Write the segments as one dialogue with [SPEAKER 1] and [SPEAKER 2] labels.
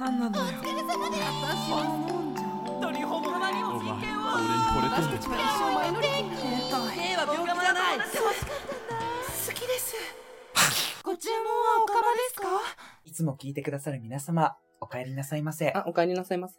[SPEAKER 1] 何なのよ
[SPEAKER 2] お疲れ様です
[SPEAKER 1] 私は飲んじゃおう
[SPEAKER 3] 当にほんまにも
[SPEAKER 4] お前
[SPEAKER 3] 人
[SPEAKER 4] 俺
[SPEAKER 3] 権
[SPEAKER 4] に
[SPEAKER 3] を
[SPEAKER 4] 惚れ
[SPEAKER 2] 私
[SPEAKER 4] て
[SPEAKER 2] た
[SPEAKER 4] ん
[SPEAKER 2] ち
[SPEAKER 4] の
[SPEAKER 2] は一生前乗り
[SPEAKER 1] 出た兵は病気じゃない
[SPEAKER 2] 好きです
[SPEAKER 1] ご注文はおかまですか
[SPEAKER 5] いつも聞いてくださる皆様、お帰りなさいませ。
[SPEAKER 6] あ、お帰りなさいませ。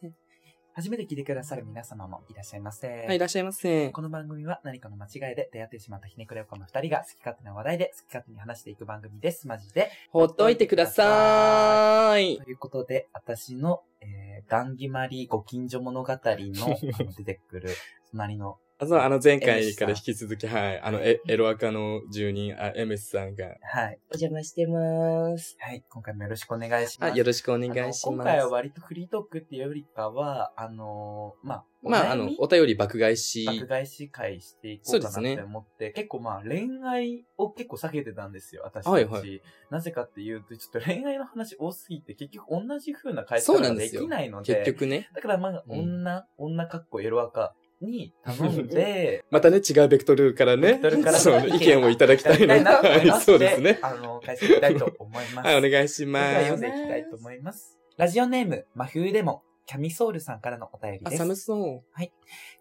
[SPEAKER 5] 初めて聞いてくださる皆様もいらっしゃいませ。
[SPEAKER 6] はい、いらっしゃいませ。
[SPEAKER 5] この番組は何かの間違いで出会ってしまったひねくれおかま二人が好き勝手な話題で好き勝手に話していく番組です。マジで。
[SPEAKER 6] ほっといてくださーい。
[SPEAKER 5] ということで、私の、えー、ガンギマリご近所 物語のあの出てくる隣の、
[SPEAKER 6] あ、そう、あの前回から引き続き、はい、あの、エエロアカの住人、あ、エメスさんが、
[SPEAKER 5] はい。
[SPEAKER 6] お邪魔してます。
[SPEAKER 5] はい、今回もよろしくお願いしま
[SPEAKER 6] あ、
[SPEAKER 5] す。
[SPEAKER 6] よろしくお
[SPEAKER 5] あ
[SPEAKER 6] 願
[SPEAKER 5] の
[SPEAKER 6] いします。
[SPEAKER 5] 今回は割とフリートークっていうよりかは、あのーまあ、お
[SPEAKER 6] まあ、
[SPEAKER 5] 悩
[SPEAKER 6] あの
[SPEAKER 5] み、
[SPEAKER 6] お便り爆買いし、
[SPEAKER 5] 爆買いし会していこ
[SPEAKER 6] そううで
[SPEAKER 5] かな
[SPEAKER 6] すね
[SPEAKER 5] って思って、結構まあ恋愛を結構避けてたんですよ、私たち。
[SPEAKER 6] はいはい
[SPEAKER 5] なぜかっていうと、ちょっと恋愛の話多すぎて、結局同じ風な会社
[SPEAKER 6] そうな
[SPEAKER 5] が
[SPEAKER 6] んで
[SPEAKER 5] です
[SPEAKER 6] よ
[SPEAKER 5] きないので、
[SPEAKER 6] 結局ね、
[SPEAKER 5] だからまあ、
[SPEAKER 6] うん
[SPEAKER 5] 女、女かっこエロアカに頼んで、
[SPEAKER 6] またね、違うベクトルから
[SPEAKER 5] ベ
[SPEAKER 6] ね、
[SPEAKER 5] クトルから
[SPEAKER 6] そうね意見をいただきたい
[SPEAKER 5] や
[SPEAKER 6] な。
[SPEAKER 5] りなと思いま
[SPEAKER 6] はい、
[SPEAKER 5] して
[SPEAKER 6] そうですね。
[SPEAKER 5] あの、返していきたいと思います。
[SPEAKER 6] はい、お願いし
[SPEAKER 5] それ
[SPEAKER 6] ま
[SPEAKER 5] では読ん
[SPEAKER 6] す
[SPEAKER 5] で。いきたいと思います。ラジオネーム、真冬でも、キャミソールさんからのお便り
[SPEAKER 6] あ、
[SPEAKER 5] です。
[SPEAKER 6] 寒そう。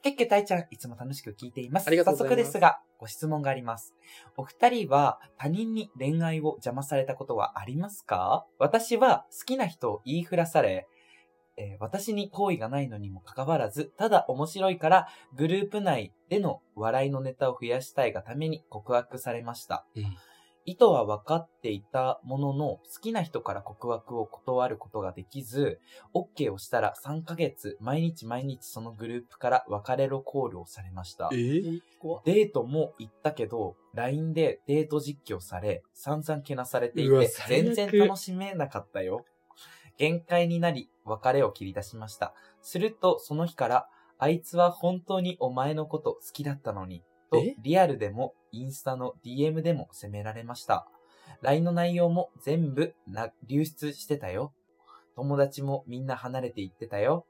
[SPEAKER 5] ケッケタイちゃん、いつも楽しく聞いています。
[SPEAKER 6] ありがとうございます
[SPEAKER 5] 早速ですが、ご質問があります。お二人は他人に恋愛を邪魔されたことはありますか私は好きな人を言いふらされ、えー私に好意がないのにもかかわらず、ただ面白いからグループ内での笑いのネタを増やしたいがために告白されました。
[SPEAKER 6] うん
[SPEAKER 5] 意図は分かっていたものの、好きな人から告白を断ることができず、OK をしたら3ヶ月、毎日毎日そのグループから別れろコールをされました。
[SPEAKER 6] え
[SPEAKER 5] デートも行ったけど、LINE でデート実況され、散々けなされていう
[SPEAKER 6] わ
[SPEAKER 5] て、
[SPEAKER 6] 最
[SPEAKER 5] 全
[SPEAKER 6] 悪
[SPEAKER 5] 然楽しめなかったよ。限界になり、別れを切り出しました。すると、その日から、あいつは本当にお前のこと好きだったのに、と
[SPEAKER 6] え、
[SPEAKER 5] リアルでも、インスタの DM でも責められました。LINE の内容も全部な流出してたよ。友達もみんな離れていってたよ。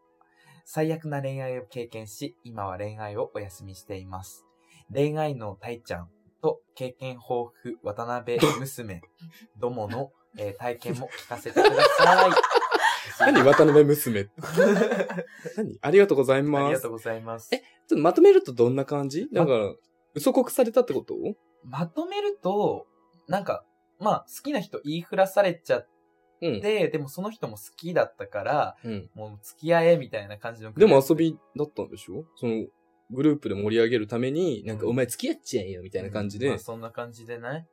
[SPEAKER 5] 最悪な恋愛を経験し、今は恋愛をお休みしています。恋愛のたいちゃんと経験豊富渡辺娘どもの、えー体験も聞かせてくだ さい。
[SPEAKER 6] 何渡辺 娘。何ありがとうござい
[SPEAKER 5] あ
[SPEAKER 6] ま
[SPEAKER 5] りが
[SPEAKER 6] す。ち
[SPEAKER 5] と
[SPEAKER 6] ょ
[SPEAKER 5] うご
[SPEAKER 6] っ
[SPEAKER 5] ざいます。
[SPEAKER 6] とまとめるとどんな感じだから、嘘告されたってこと
[SPEAKER 5] まとめると、なんか、まあ、好きな人言いふらされちゃっ
[SPEAKER 6] うん。
[SPEAKER 5] て、でもその人も好きだったから、
[SPEAKER 6] うん。
[SPEAKER 5] もう付き合えみたいな感じの。
[SPEAKER 6] でも遊びだったんでしょその、グループで盛り上げるために、なんか
[SPEAKER 5] うん
[SPEAKER 6] お前付き合っちゃえよみたいな感じで。
[SPEAKER 5] まあそんな感じでね。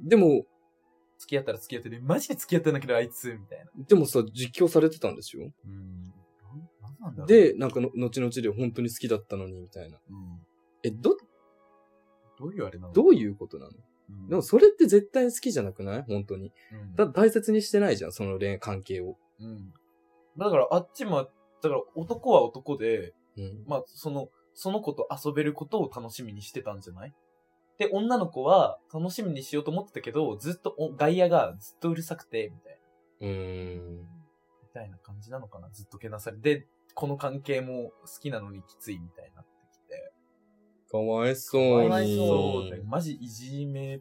[SPEAKER 6] でも、
[SPEAKER 5] 付き合ったら付き合ってる。マジで付き合ってんだけど、あいつ、みたいな。
[SPEAKER 6] でもさ、実況されてたんですよ。
[SPEAKER 5] うん。なんなんなんだろう。
[SPEAKER 6] で、なんかの、後々で本当に好きだったのに、みたいな。
[SPEAKER 5] うん、
[SPEAKER 6] え、ど、
[SPEAKER 5] どういうあれなの
[SPEAKER 6] どういうことなの
[SPEAKER 5] うん、
[SPEAKER 6] でもそれって絶対好きじゃなくない本当に。
[SPEAKER 5] うん
[SPEAKER 6] だ、大切にしてないじゃん、その恋愛関係を。
[SPEAKER 5] うん。だから、あっちも、だから、男は男で、
[SPEAKER 6] うん。
[SPEAKER 5] まあ、その、その子と遊べることを楽しみにしてたんじゃないで、女の子は楽しみにしようと思ってたけど、ずっとお、外野がずっとうるさくて、みたいな。
[SPEAKER 6] うーん。
[SPEAKER 5] みたいな感じなのかなずっとけなされて、この関係も好きなのにきついみたいになってきて。
[SPEAKER 6] かわいそうに。
[SPEAKER 5] かわいそうだよマジいじめ、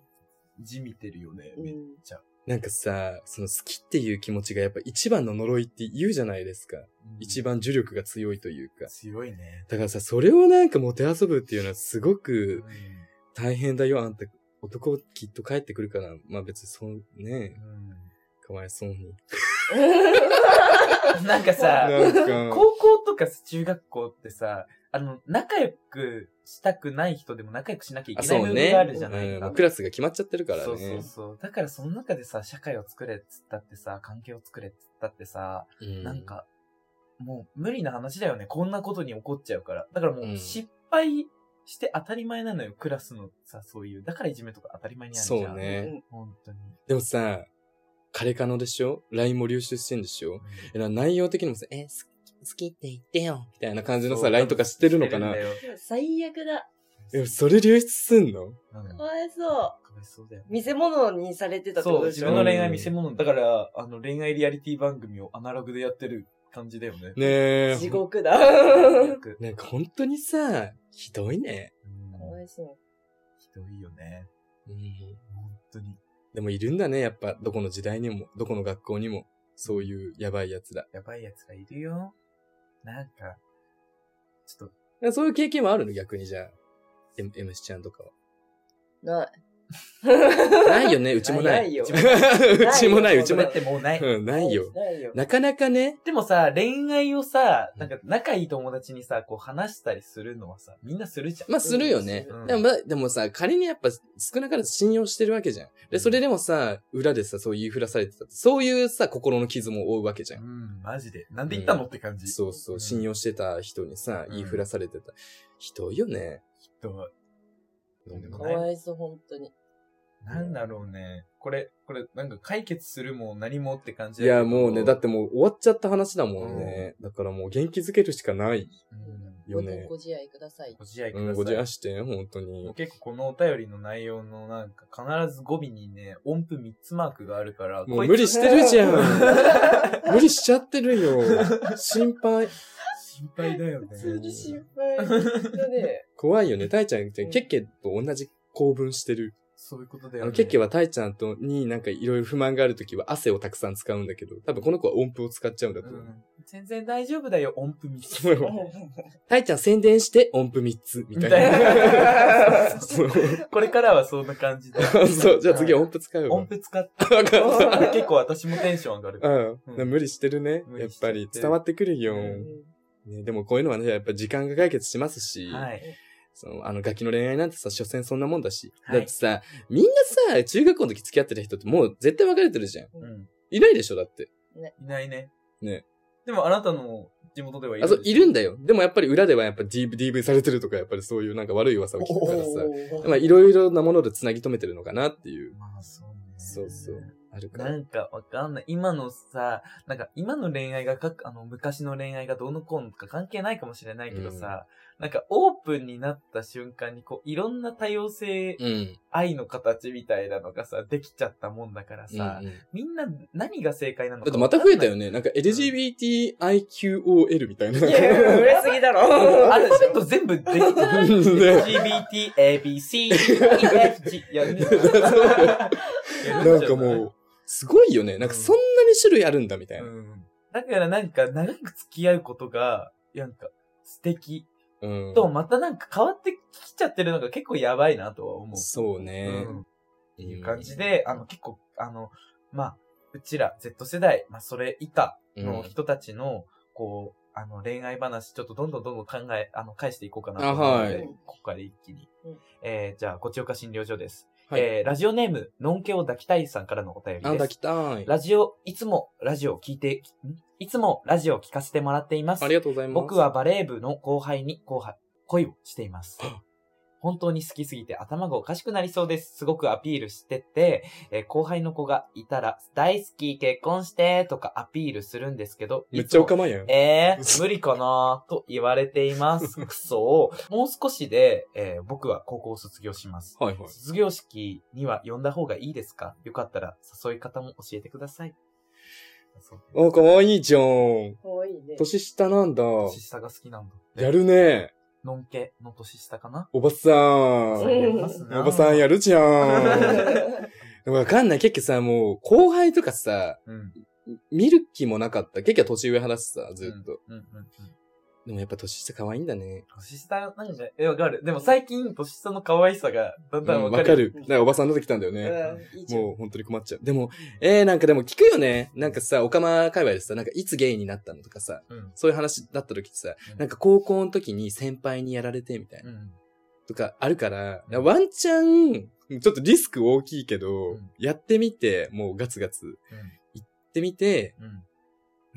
[SPEAKER 5] じみてるよね、めっちゃ。
[SPEAKER 6] なんかさ、その好きっていう気持ちがやっぱ一番の呪いって言うじゃないですか。
[SPEAKER 5] うん
[SPEAKER 6] 一番呪力が強いというか。
[SPEAKER 5] 強いね。
[SPEAKER 6] だからさ、それをなんかもて遊ぶっていうのはすご
[SPEAKER 5] うん
[SPEAKER 6] く大変だよ、あんた。男きっと帰ってくるから、まあ別にそうね、かわいそうに。
[SPEAKER 5] うんなんか さ、
[SPEAKER 6] なんか、
[SPEAKER 5] 高校とか中学校ってさ、あの、仲良くしたくない人でも仲良くしなきゃい
[SPEAKER 6] あ、
[SPEAKER 5] けない
[SPEAKER 6] そ
[SPEAKER 5] 部
[SPEAKER 6] う
[SPEAKER 5] 分
[SPEAKER 6] ね。
[SPEAKER 5] があるじゃない
[SPEAKER 6] うん
[SPEAKER 5] か。
[SPEAKER 6] もうクラスが決まっちゃってるから
[SPEAKER 5] そうそ
[SPEAKER 6] ね
[SPEAKER 5] う。そう。だからその中でさ、社会を作れっつったってさ、関係を作れっつったってさ、
[SPEAKER 6] うん
[SPEAKER 5] なん、か、もう無理な話だよね。こんなことに起こっちゃうから。だからも
[SPEAKER 6] う
[SPEAKER 5] うん失敗して当たり前なのよ、クラスのさ、そういう。だからいじめとか当たり前にあるじゃん。
[SPEAKER 6] そう。ね。
[SPEAKER 5] 本当に。
[SPEAKER 6] でもさ、彼カノでしょ ?LINE も流出してんでしょえな内容的にもさ、え、好き、好きって言ってよ。みたいな感じの
[SPEAKER 5] そう
[SPEAKER 6] さ、LINE とか知ってるのかな
[SPEAKER 5] 知ってるんだよ
[SPEAKER 7] 最悪だ。
[SPEAKER 6] え、それ流出すんの
[SPEAKER 5] うん
[SPEAKER 7] かわいそう。
[SPEAKER 5] かわいそうだよね
[SPEAKER 7] 見せ物にされてたってこ
[SPEAKER 5] そ
[SPEAKER 7] と
[SPEAKER 5] う、
[SPEAKER 7] で
[SPEAKER 5] 自
[SPEAKER 7] し
[SPEAKER 5] 分
[SPEAKER 7] ょ
[SPEAKER 5] の恋愛見せ物。だから、あの、恋愛リアリティ番組をアナログでやってる感じだよね。
[SPEAKER 6] ねえ。
[SPEAKER 7] 地 獄だ。
[SPEAKER 5] よ
[SPEAKER 7] か
[SPEAKER 5] く
[SPEAKER 6] なんか本当にさ、ひどいね。
[SPEAKER 7] わ
[SPEAKER 5] うん
[SPEAKER 7] いそ
[SPEAKER 5] ひどいよね。
[SPEAKER 6] うん
[SPEAKER 5] 本当に。
[SPEAKER 6] でもいるんだね、やっぱ、どこの時代にも、どこの学校にも。そういうやばいやつら。
[SPEAKER 5] やばいやつがいるよ。なんか、ちょっと、
[SPEAKER 6] えそういう経験もあるの逆にじゃあ。M、M ちゃんとかは。
[SPEAKER 7] ない。
[SPEAKER 6] ないよね、うちもない。
[SPEAKER 7] ないよ
[SPEAKER 6] うちも ない、うちもない。うち
[SPEAKER 5] そ
[SPEAKER 6] も
[SPEAKER 5] れっ
[SPEAKER 6] ない
[SPEAKER 5] てもうない。
[SPEAKER 6] うん、ないよ。
[SPEAKER 7] ないよ。
[SPEAKER 6] なかなかね、
[SPEAKER 5] でもさ、恋愛をさ、なんか仲いい友達にさ、こう話したりするのはさ、みんなするじゃん。
[SPEAKER 6] まあするよね。
[SPEAKER 5] うん
[SPEAKER 6] でもまあでもさ、仮にやっぱ少なからず信用してるわけじゃん。
[SPEAKER 5] うん
[SPEAKER 6] で、それでもさ、裏でさ、そう言いふらされてた。そういうさ、心の傷も負うわけじゃん。
[SPEAKER 5] うん、マジで。なんで言ったのって感じ。
[SPEAKER 6] そうそう、信用してた人にさ、
[SPEAKER 5] うん
[SPEAKER 6] 言いふらされてた。ひどいよね。
[SPEAKER 5] と、どうで
[SPEAKER 7] か
[SPEAKER 5] もない
[SPEAKER 7] わいそう、本当に。
[SPEAKER 5] なんだろうね。これ、これ、なんか解決するも何もって感じ、
[SPEAKER 6] いや、もうね、だっててもう終わっちゃった話だもんね。だからもう元気づけるしかない
[SPEAKER 5] うん、
[SPEAKER 6] よね。
[SPEAKER 7] ご自愛ください。
[SPEAKER 5] ご自愛くだ
[SPEAKER 6] う
[SPEAKER 5] さい。
[SPEAKER 6] ん、ご自愛して、本当に。
[SPEAKER 5] 結構このお便りの内容のなんか必ず語尾にね、音符3つマークがあるから、
[SPEAKER 6] も
[SPEAKER 5] こ
[SPEAKER 6] う
[SPEAKER 5] いつ
[SPEAKER 6] 無理してるじゃ ん。無理しちゃってるよ。心配。
[SPEAKER 5] 心配だよね。
[SPEAKER 7] 普通に心配だね。
[SPEAKER 6] 怖いよね。タイちゃんって、
[SPEAKER 7] うん
[SPEAKER 6] ケッケと同じ構文してる。
[SPEAKER 5] そういうことだ
[SPEAKER 6] あ
[SPEAKER 5] よ
[SPEAKER 6] の、
[SPEAKER 5] ね。
[SPEAKER 6] ケッケはタイちゃんとになんかいろいろ不満があるときは汗をたくさん使うんだけど、多分この子は音符を使っちゃうんだと
[SPEAKER 5] う
[SPEAKER 6] 思う。
[SPEAKER 5] ん、全然大丈夫だよ、音符3つ。
[SPEAKER 6] そうタイちゃん宣伝して音符3つ、みたい な。そう。
[SPEAKER 5] これからはそんな感じで。
[SPEAKER 6] そう、じゃあ次音符使うわ。
[SPEAKER 5] 音符使って、
[SPEAKER 6] わかった。
[SPEAKER 5] 結構私もテンション上がる。
[SPEAKER 6] うん、
[SPEAKER 5] うん
[SPEAKER 6] 無理してるね。
[SPEAKER 5] 無
[SPEAKER 6] やっ
[SPEAKER 5] 理して
[SPEAKER 6] ぱ
[SPEAKER 5] る
[SPEAKER 6] り伝わってくるよ、
[SPEAKER 5] うん
[SPEAKER 6] ね。でもこういうのはね、やっぱ時間が解決しますし、
[SPEAKER 5] はい。
[SPEAKER 6] そのあのガキの恋愛なんてさ、所詮そんなもんだし。
[SPEAKER 5] はい
[SPEAKER 6] だってさ、みんなさ、中学校の時付き合ってた人ってもう絶対別れてるじゃん。
[SPEAKER 5] うん。
[SPEAKER 6] いないでしょ、だって。
[SPEAKER 5] いないね。
[SPEAKER 6] ね。
[SPEAKER 5] でもあなたの地元ではいる
[SPEAKER 6] あ、そう、いるん
[SPEAKER 5] だ
[SPEAKER 6] だよ。でもやっぱり裏ではやっぱ DV, DV されてるとか、やっぱりそういうなんか悪い噂を聞くからさ。まあいろいろなもので繋ぎ止めてるのかなっていう。
[SPEAKER 5] まあそうね。
[SPEAKER 6] そうそう。あるから。
[SPEAKER 5] なんかわかんない。今のさ、なんか今の恋愛がか、あの、昔の恋愛がどうのこうのとか関係ないかもしれないけどさ、なんかオープンになった瞬間にこう、いろんな多様性、
[SPEAKER 6] うん。
[SPEAKER 5] 愛の形みたいなのがさ、できちゃったもんだからさ、
[SPEAKER 6] うんうん
[SPEAKER 5] みんな何が正解なの
[SPEAKER 6] だ
[SPEAKER 5] か
[SPEAKER 6] ってまた増えたよ
[SPEAKER 5] ね。
[SPEAKER 6] ね。なんか LGBTIQOL みたいな。
[SPEAKER 7] いや、売れすぎだろ。
[SPEAKER 5] アルファベット全部できて ない
[SPEAKER 6] ね
[SPEAKER 5] ?LGBT, ABC, EFG。いや、
[SPEAKER 6] な
[SPEAKER 5] なん
[SPEAKER 6] かもう、すごいよね。なんかそんなに種類あるんだみたいな。
[SPEAKER 5] うんだからなんか長く付き合うことが、なんか素敵
[SPEAKER 6] うん。
[SPEAKER 5] と、またなんか変わってきちゃってるのが結構やばいなとは思う。
[SPEAKER 6] そう
[SPEAKER 5] う
[SPEAKER 6] ね。
[SPEAKER 5] ん。っていう感じで、あの結構、あの、まあ、うちら Z 世代、まあそれ以下
[SPEAKER 6] うん、
[SPEAKER 5] の人たちの、こう、あの恋愛話、ちょっとどんどんどんどん考え、あの、返していこうかなと思うので、
[SPEAKER 7] あはい
[SPEAKER 5] ここから一気に。
[SPEAKER 7] うん
[SPEAKER 5] えー、じゃあ、こちおか診療所です。
[SPEAKER 6] はい
[SPEAKER 5] えー、ラジオネーム、のんけを抱きたいさんからのお便りです。
[SPEAKER 6] あ、抱きたい。
[SPEAKER 5] ラジオ、いつもラジオを聞いて、んいつもラジオを聞かせてもらっています。
[SPEAKER 6] ありがとうございます。
[SPEAKER 5] 僕は、バレー部の後輩に後輩恋をしてい ます。本当に好きすぎて頭がおかしくなりそうです。すごくアピールしてて、えー後輩の子がいたら、大好き、結婚して、とかアピールするんですけど、
[SPEAKER 6] めっちゃお
[SPEAKER 5] いつも
[SPEAKER 6] かまやん。
[SPEAKER 5] えー、無理かなと言われています。 くそもう少しで、えー僕は高校を卒業します。
[SPEAKER 6] はいはい。
[SPEAKER 5] 卒業式には呼んだ方がいいですかよかったら誘い方も教えてください。
[SPEAKER 6] あ、かわいいじゃん。
[SPEAKER 7] かわいいね。
[SPEAKER 6] 年下なんだ。
[SPEAKER 5] 年下が好きなんだって。
[SPEAKER 6] やるね。
[SPEAKER 5] のんけの年下かな
[SPEAKER 6] おばさ。
[SPEAKER 7] うん
[SPEAKER 6] おばさんや
[SPEAKER 5] る。
[SPEAKER 6] るじゃん。
[SPEAKER 7] う
[SPEAKER 6] わかんない。結局さ、もう、後輩とかさ、
[SPEAKER 5] うん。
[SPEAKER 6] 見る気もなかった。結局は年上話すさ、ずっと。
[SPEAKER 5] うんうんうん。
[SPEAKER 6] でもやっぱ年下可愛いんだね。
[SPEAKER 5] 年下、なんか、え、わかる。でも最近、年下の可愛さが、だんだんわ
[SPEAKER 6] うん
[SPEAKER 5] かる。
[SPEAKER 6] わかる。だからおばさん出てきたんだよね。
[SPEAKER 7] んいいじゃん
[SPEAKER 6] もう本当に困っちゃう。でも、えー、なんかでも聞くよね。なんかさ、オカマ界隈でさ、なんかいつゲイになったのとかさ、
[SPEAKER 5] うん。
[SPEAKER 6] そういう話だった時ってさ、
[SPEAKER 5] うん
[SPEAKER 6] なんか高校の時に先輩にやられてみたいな、
[SPEAKER 5] うん。
[SPEAKER 6] とかあるから、
[SPEAKER 5] うん
[SPEAKER 6] ワンチャン、ちょっとリスク大きいけど、
[SPEAKER 5] うん
[SPEAKER 6] やってみて、もうガツガツ、行ってみて、
[SPEAKER 5] う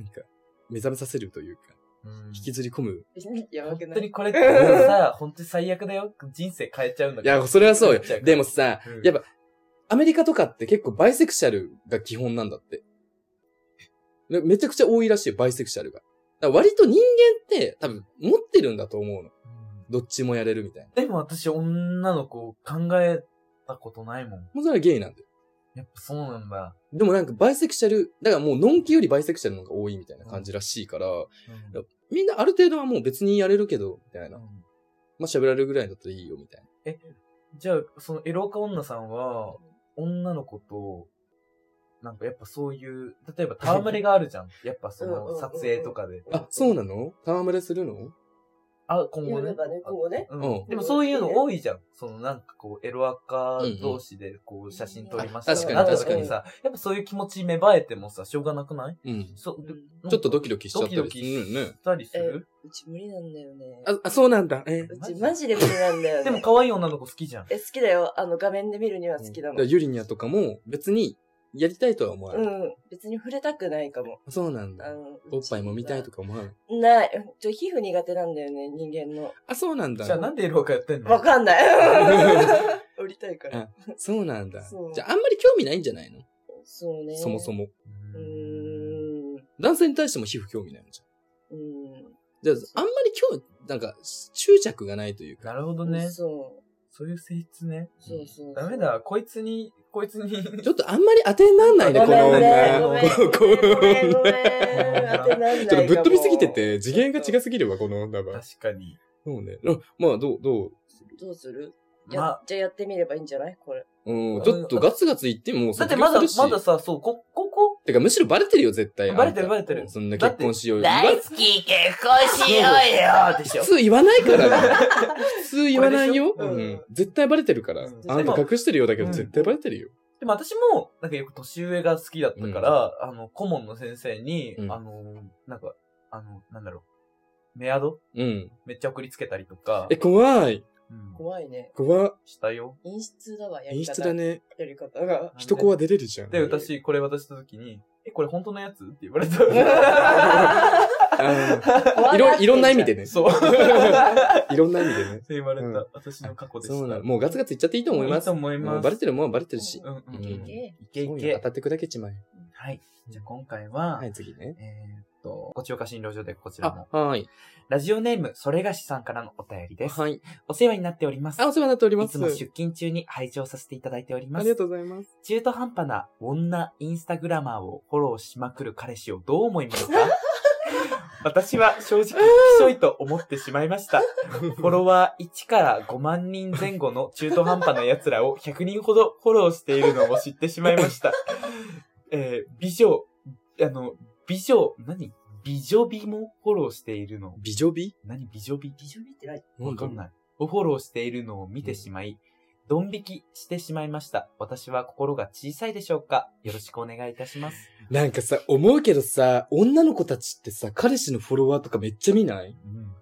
[SPEAKER 5] ん。
[SPEAKER 6] なんか、目覚めさせるというか、
[SPEAKER 5] うん。
[SPEAKER 6] 引きずり込む。
[SPEAKER 7] やば
[SPEAKER 5] 本
[SPEAKER 7] くな
[SPEAKER 5] 当
[SPEAKER 7] い。
[SPEAKER 5] にこれってさ、本当に最悪だよ。人生変えちゃうんだ
[SPEAKER 6] いや、それはそうよ
[SPEAKER 5] めっちゃわ。かる
[SPEAKER 6] でもさ、
[SPEAKER 5] うん
[SPEAKER 6] やっぱ、アメリカとかって結構バイセクシャルが基本なんだって。でめちゃくちゃ多いらしいよ、バイセクシャルが。だから割と人間って多分持ってるんだと思うの。
[SPEAKER 5] うん
[SPEAKER 6] どっちもやれるみたいな。
[SPEAKER 5] でも私、女の子を考えたことないもん。
[SPEAKER 6] もうそれはゲイなんだよ。
[SPEAKER 5] やっぱそうなんだ。
[SPEAKER 6] でもなんかバイセクシャル、だからもうノンキよりバイセクシャルの方が多いみたいな感じらしいから、
[SPEAKER 5] うん
[SPEAKER 6] みんなある程度はもう別にやれるけど、みたいな。
[SPEAKER 5] うん
[SPEAKER 6] まあ喋られるぐらいだったらいいよ、みたいな。
[SPEAKER 5] じゃあ、そのエローカ女さんは、女の子となんかやっぱそういう、例えば戯れがあるじ ゃん。やっぱそ
[SPEAKER 7] うんうんうんう
[SPEAKER 5] の
[SPEAKER 7] ん
[SPEAKER 5] 撮影とかで。
[SPEAKER 6] あ、そうなの戯れするの
[SPEAKER 5] あ、今後
[SPEAKER 7] や
[SPEAKER 5] ね
[SPEAKER 7] れ。ばね、今後ね。
[SPEAKER 5] うん
[SPEAKER 6] うん
[SPEAKER 5] でもそういうの多いじゃん。そのなんかこう、エロアカ同士でこう、写真撮りました
[SPEAKER 6] あ確かに
[SPEAKER 5] なった
[SPEAKER 6] 確
[SPEAKER 5] 時
[SPEAKER 6] かに
[SPEAKER 5] にさ、やっぱそういう気持ち芽生えてもさ、しょうがなくない
[SPEAKER 6] うん。
[SPEAKER 5] そ
[SPEAKER 6] ちょっとドキドキしちゃった
[SPEAKER 5] ド
[SPEAKER 6] り
[SPEAKER 5] キ
[SPEAKER 6] す
[SPEAKER 5] ドキ
[SPEAKER 6] るよね
[SPEAKER 5] し。たりする
[SPEAKER 7] うち無理なんだよね。
[SPEAKER 6] あ、あそうなんだ。え
[SPEAKER 7] うちマジで無理なんだよね。
[SPEAKER 5] でも可愛い女の子好きじゃん。
[SPEAKER 7] え、好きだよ。あの、画面で見るには好きだ
[SPEAKER 6] だ
[SPEAKER 7] も
[SPEAKER 6] から
[SPEAKER 7] ん。
[SPEAKER 6] ユリニャとかも別にやりたいとは思わな
[SPEAKER 7] う
[SPEAKER 6] い。
[SPEAKER 7] ん。別に触れたくないかも。
[SPEAKER 6] そうなんだ
[SPEAKER 7] あ。の
[SPEAKER 6] おっぱいも見たいとか思わない。
[SPEAKER 7] ない。うんちょ、皮膚苦手なんだよね、人間の。
[SPEAKER 6] あ、そうなんだ。
[SPEAKER 5] じゃあなんでエロアカやってんの
[SPEAKER 7] わかん ない。降りたいから。
[SPEAKER 6] そうなんだ
[SPEAKER 7] そ。う
[SPEAKER 6] じゃああんまり興味ないんじゃないの
[SPEAKER 7] そうね。
[SPEAKER 6] そもそ。も。
[SPEAKER 7] うーん。う
[SPEAKER 6] 男性に対しても皮膚興味ないのじゃん。
[SPEAKER 7] ん。
[SPEAKER 6] じゃああんまり興味、なんか執着がないというか。
[SPEAKER 5] なるほどね。
[SPEAKER 7] そう。
[SPEAKER 5] そういう性質ね。
[SPEAKER 7] そうそう。
[SPEAKER 5] ダメ。だ、こいつに、こいつ に。
[SPEAKER 6] ちょっとあんまり当てになんないね、
[SPEAKER 7] ご
[SPEAKER 6] こ
[SPEAKER 7] め
[SPEAKER 6] の
[SPEAKER 7] んね。
[SPEAKER 6] 女。
[SPEAKER 7] ごめんね。
[SPEAKER 6] この
[SPEAKER 7] ごめん、ごめん。
[SPEAKER 5] 女
[SPEAKER 7] 当てなんない
[SPEAKER 6] ち
[SPEAKER 7] か
[SPEAKER 6] ょっと
[SPEAKER 7] も
[SPEAKER 6] ぶっ飛びすぎて。て、次元が違すぎるわ、この女は。
[SPEAKER 5] 確かに。
[SPEAKER 6] そうね。うんまあ、どう、どう
[SPEAKER 7] どうする
[SPEAKER 5] ま
[SPEAKER 7] や
[SPEAKER 5] あ、
[SPEAKER 7] じゃあやってみればいいんじゃないこれ。
[SPEAKER 6] うん、ちょっとガツガツ言っても、
[SPEAKER 5] だってまだ、
[SPEAKER 6] 卒業するし
[SPEAKER 5] まださ、そう、こ、ここ
[SPEAKER 6] てか、むしろバレてるよ、絶対。
[SPEAKER 5] バレてる
[SPEAKER 6] あん
[SPEAKER 5] バレてる
[SPEAKER 6] た。そんな結婚しようよ。バ
[SPEAKER 7] 好き、結婚しようよでし
[SPEAKER 6] 普。通言わないからね。普通言わないよ。
[SPEAKER 5] これ
[SPEAKER 6] う
[SPEAKER 5] でしょ うん
[SPEAKER 6] ん。絶対バレてるから。
[SPEAKER 5] うん
[SPEAKER 6] あんた隠してるようだけど、
[SPEAKER 5] うん
[SPEAKER 6] 絶対バレてるよ。
[SPEAKER 5] でも私も、なんかよく年上が好きだったから、あの、顧問の先生に、
[SPEAKER 6] うん
[SPEAKER 5] あの、なんか、あの、なんだろう、メアド
[SPEAKER 6] うん。
[SPEAKER 5] めっちゃ送りつけたりとか
[SPEAKER 6] え、、怖い。
[SPEAKER 5] うん
[SPEAKER 7] 怖いね。
[SPEAKER 6] 怖い。
[SPEAKER 5] したよ。
[SPEAKER 7] 陰湿だわ、やり
[SPEAKER 6] 演
[SPEAKER 7] 方。
[SPEAKER 6] 出だね。
[SPEAKER 7] やり方が。
[SPEAKER 6] 人怖出れるじゃん。
[SPEAKER 5] で、私、これ渡した時に、え、これ本当のやつって言 われた。
[SPEAKER 6] あ ーいろ、いろんな意味でね。
[SPEAKER 5] そう。っ
[SPEAKER 6] いろんな意味でね。
[SPEAKER 5] て言われた、
[SPEAKER 6] うん
[SPEAKER 5] 私の過去でした。
[SPEAKER 6] そうなの。もうガツガツ言っちゃっていいと思います。
[SPEAKER 5] いいと思います
[SPEAKER 6] うんバレてるもんはバレてるし。
[SPEAKER 5] うんうんうん。
[SPEAKER 6] い
[SPEAKER 5] いけ
[SPEAKER 6] け
[SPEAKER 5] い
[SPEAKER 6] そう
[SPEAKER 5] け
[SPEAKER 6] よ当。たって砕けちまえ。
[SPEAKER 5] はい。じゃあ今回は、
[SPEAKER 6] はい、次ね。
[SPEAKER 5] えーっと、ごちおか診療所でこちら
[SPEAKER 6] あ
[SPEAKER 5] も。、
[SPEAKER 6] はい。
[SPEAKER 5] ラジオネーム、それがしさんからのお便りです。
[SPEAKER 6] はい。
[SPEAKER 5] お世話になっております。
[SPEAKER 6] あ、お世話になっておりま
[SPEAKER 5] い
[SPEAKER 6] す。
[SPEAKER 5] つも出勤中に拝聴させていただいておりま
[SPEAKER 6] あ
[SPEAKER 5] す。
[SPEAKER 6] りがとうございます。
[SPEAKER 5] 中途半端な女インスタグラマーをフォローしまくる彼氏をどう思いますか私は正直、きしょいと思ってしまいました。フォロワー1から5万人前後の中途半端な奴らを100人ほどフォローしているのを知ってしまいました。えー美女、あの、美女、何美女美もフォローしているの。
[SPEAKER 6] 美女美
[SPEAKER 5] 何美女美美
[SPEAKER 7] 一緒にってない。
[SPEAKER 5] わかんない。をフォローしているのを見てしまい、ドン引きしてしまいました。私は心が小さいでしょうかよろしくお願いいたします。
[SPEAKER 6] なんかさ、思うけどさ、女の子たちってさ、彼氏のフォロワーとかめっちゃ見ない
[SPEAKER 5] うん。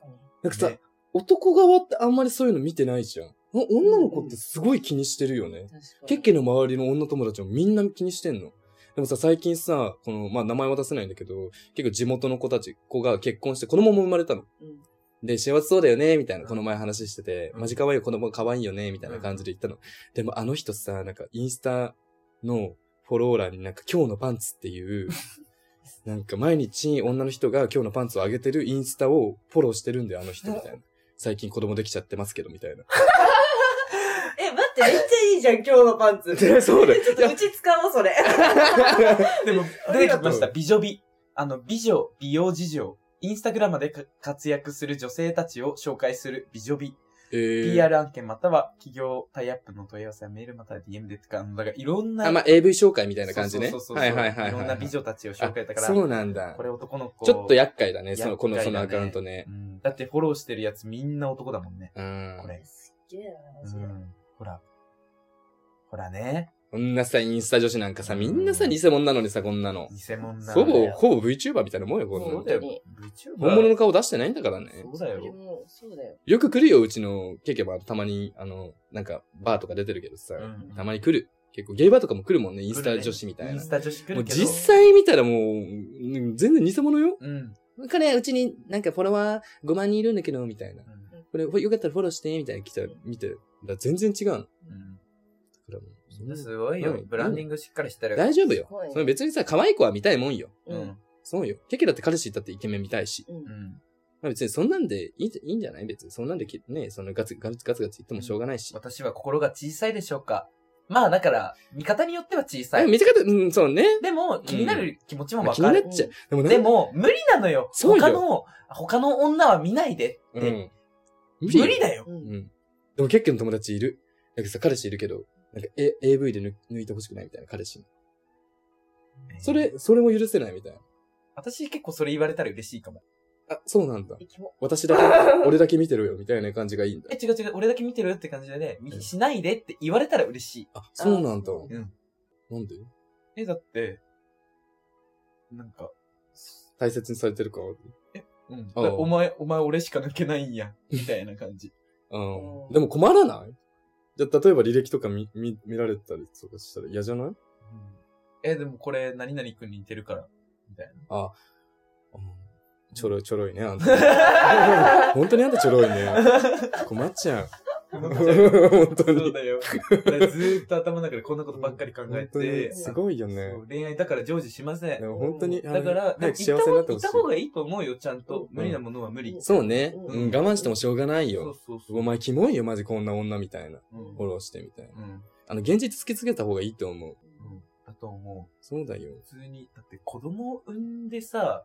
[SPEAKER 7] 確かに。
[SPEAKER 6] なんかさ、
[SPEAKER 5] ね
[SPEAKER 6] 男側ってあんまりそういうの見てないじゃん。お女の子ってすごい気にしてるよね。
[SPEAKER 7] 確かに。
[SPEAKER 6] ケッケの周りの女友達もみんな気にしてんの。でもさ、最近さ、この、まあ、名前は出せないんだけど、結構地元の子たち、子が結婚して子供も生まれたの。
[SPEAKER 7] うん
[SPEAKER 6] で、幸せそうだよね、みたいな、この前話してて、
[SPEAKER 5] うん
[SPEAKER 6] マジ可愛いよ子供可愛いよね、みたいな感じで言ったの。でもあの人さ、なんかインスタのフォロー欄になんか今日のパンツっていう、なんか毎日女の人が今日のパンツを上げてるインスタをフォローしてるんだよ、あの人みたいな。最近子供できちゃってますけど、みたいな。
[SPEAKER 7] え、待って、めっちゃいいじゃん、今日のパンツ。ちょ
[SPEAKER 6] で、そうだよ。
[SPEAKER 7] っと うち使おう、それ。
[SPEAKER 5] でも、
[SPEAKER 6] あ
[SPEAKER 5] 出
[SPEAKER 6] り
[SPEAKER 5] て
[SPEAKER 6] が
[SPEAKER 5] き
[SPEAKER 6] と
[SPEAKER 5] ま
[SPEAKER 6] う
[SPEAKER 5] した。美女美。あの、美女、美容事情。インスタグラムでか活躍する女性たちを紹介する美女美。
[SPEAKER 6] えー
[SPEAKER 5] PR 案件または企業タイアップの問い合わせはメールまたは DM でとか、あのだからいろんな。
[SPEAKER 6] あ、まあ、AV 紹介みたいな感じね。
[SPEAKER 5] そうそうそうそう
[SPEAKER 6] はいはいはいはい。
[SPEAKER 5] ろんな美女たちを紹介だか
[SPEAKER 6] あ
[SPEAKER 5] ら。
[SPEAKER 6] そうなんだ
[SPEAKER 5] こ。れ男の子。
[SPEAKER 6] ちょっと厄介だね、その、この、
[SPEAKER 5] 厄
[SPEAKER 6] そ
[SPEAKER 5] 介だ
[SPEAKER 6] の
[SPEAKER 5] ね
[SPEAKER 6] アカウントね
[SPEAKER 5] う。んだってフォローしてるやつみんな男だもんね。
[SPEAKER 6] うん
[SPEAKER 5] こ。れ。
[SPEAKER 7] すっげえな、マ
[SPEAKER 5] う
[SPEAKER 7] ジで。
[SPEAKER 5] ん。ほら。ほらね。
[SPEAKER 6] こんなさ、インスタ女子なんかさ、みんなさ、偽物なのにさ、こんなの。
[SPEAKER 5] 偽物な
[SPEAKER 6] ほ
[SPEAKER 5] の
[SPEAKER 6] ぼ、
[SPEAKER 5] ね。
[SPEAKER 6] ほぼ VTuber みたいなもんよ、こんな
[SPEAKER 5] そう
[SPEAKER 6] の
[SPEAKER 5] だ。よ。
[SPEAKER 7] 本
[SPEAKER 5] VTuber
[SPEAKER 6] 本物の顔出してないんだからね。
[SPEAKER 5] そうだ
[SPEAKER 7] それ
[SPEAKER 5] よ。
[SPEAKER 7] も、そうだよ。
[SPEAKER 6] よく来るよ、うちの、ケケはたまに、あの、なんか、バーとか出てるけどさ
[SPEAKER 5] うんうん、
[SPEAKER 6] たまに来る。結構、ゲイバーとかも来るもんね、インスタ女子みたい
[SPEAKER 5] イン
[SPEAKER 6] な
[SPEAKER 5] ス。タ女子来
[SPEAKER 6] も
[SPEAKER 5] る
[SPEAKER 6] う
[SPEAKER 5] けど。
[SPEAKER 6] 実際見たらもう、うん全然偽物よ。
[SPEAKER 5] うん。うん
[SPEAKER 6] 彼、うちになんかフォロワー5万人いるんだけど、みたいな。これ、よかったらフォローして、みたいな来たら、見て、だから全然違うの。だか
[SPEAKER 5] うん
[SPEAKER 6] らもうそ
[SPEAKER 5] み
[SPEAKER 6] ん
[SPEAKER 5] ん
[SPEAKER 6] な
[SPEAKER 5] なすごいよ
[SPEAKER 6] う。ん
[SPEAKER 5] ブランディングしっかりしてる。
[SPEAKER 6] 大丈夫よ
[SPEAKER 7] すごい。ね
[SPEAKER 6] その別にさ、可愛い子は見たいもんよ。
[SPEAKER 5] う
[SPEAKER 7] うんん。。
[SPEAKER 6] そうよ。ケケだって彼氏いたってイケメン見たいし。
[SPEAKER 7] う。
[SPEAKER 5] うんん。
[SPEAKER 6] まあ、別にそんなんでいいいいんじゃない別にそんなんできね、そのガツガツガツガツ言ってもしょうがないし。
[SPEAKER 5] 私は心が小さいでしょうか。まあだから、見方によっては小さ
[SPEAKER 6] でも
[SPEAKER 5] い。
[SPEAKER 6] 見せ方、うん、そうね。
[SPEAKER 5] でも、気になる気持ちも
[SPEAKER 6] まあ
[SPEAKER 5] わ
[SPEAKER 6] 気に
[SPEAKER 5] か
[SPEAKER 6] な
[SPEAKER 5] る。
[SPEAKER 6] っちゃう。でもな
[SPEAKER 5] で、も、無理なのよ。
[SPEAKER 6] そうよ
[SPEAKER 5] 他の、他の女は見ないで
[SPEAKER 6] う
[SPEAKER 5] って。
[SPEAKER 6] ん。無
[SPEAKER 5] 無理だよ。
[SPEAKER 7] う。
[SPEAKER 6] うんん。でもケッケの友達いる。なんかさ、彼氏いるけど、なんか、A、AV で抜抜いてほしくないみたいな彼氏に。それ、それも許せないみたいな。
[SPEAKER 5] 私結構それ言われたら嬉しいかも。
[SPEAKER 6] あ、そうなんだ。
[SPEAKER 7] えキモ
[SPEAKER 6] 私だけ、俺だけ見てるよ、みたいな感じがいいんだ
[SPEAKER 5] え、。違う違う、俺だけ見てるって感じでね、みしないでって言われたら嬉しい。
[SPEAKER 6] あ、そうなんだ。
[SPEAKER 5] ん
[SPEAKER 6] なんで
[SPEAKER 5] え、だって、なんか、
[SPEAKER 6] 大切にされてるか
[SPEAKER 5] うん。だ
[SPEAKER 6] ああ
[SPEAKER 5] お前、お前俺しか抜けないんや。みたいな感じ。
[SPEAKER 6] う。
[SPEAKER 7] うんん
[SPEAKER 6] でも困らないじゃあ、例えば履歴とか見、見、見られたりとかしたら嫌じゃない
[SPEAKER 5] え、でもこれ、何々くんに似てるから。みたいな。
[SPEAKER 6] あ、うん、ちょろいちょろいね、あん た。本当にあんたちょろいね。困っちゃう。本当
[SPEAKER 5] そう
[SPEAKER 6] に。
[SPEAKER 5] だよ。だからずーっと頭の中でこんなことばっかり考え
[SPEAKER 6] 本当
[SPEAKER 5] て。
[SPEAKER 6] にすごいよね
[SPEAKER 5] そう。恋愛だから成就しませ
[SPEAKER 6] で
[SPEAKER 5] ん。
[SPEAKER 6] も本当に、あの
[SPEAKER 5] だから、で
[SPEAKER 6] 早
[SPEAKER 5] も行っ
[SPEAKER 6] く幸
[SPEAKER 5] た
[SPEAKER 6] せに
[SPEAKER 5] 方
[SPEAKER 6] な
[SPEAKER 5] が
[SPEAKER 6] っ
[SPEAKER 5] 行
[SPEAKER 6] てほ
[SPEAKER 5] っ
[SPEAKER 6] しい
[SPEAKER 5] た。方がいいと思うよ、ちゃんと。
[SPEAKER 7] うん
[SPEAKER 5] 無理なものは無理。
[SPEAKER 7] うん
[SPEAKER 6] そうね、
[SPEAKER 7] うん
[SPEAKER 6] うん。我慢してもしょうがない
[SPEAKER 5] そう
[SPEAKER 6] よ。
[SPEAKER 5] そうそう。
[SPEAKER 6] お前、キモいよ、マジこんな女みたいな。
[SPEAKER 5] うん
[SPEAKER 6] フォローしてみたいな。
[SPEAKER 5] うん。
[SPEAKER 6] あの、現実突きつけた方がいいと思う。
[SPEAKER 5] うんだと思う。
[SPEAKER 6] そうだよ。
[SPEAKER 5] 普通に、だって子供を産んで さ、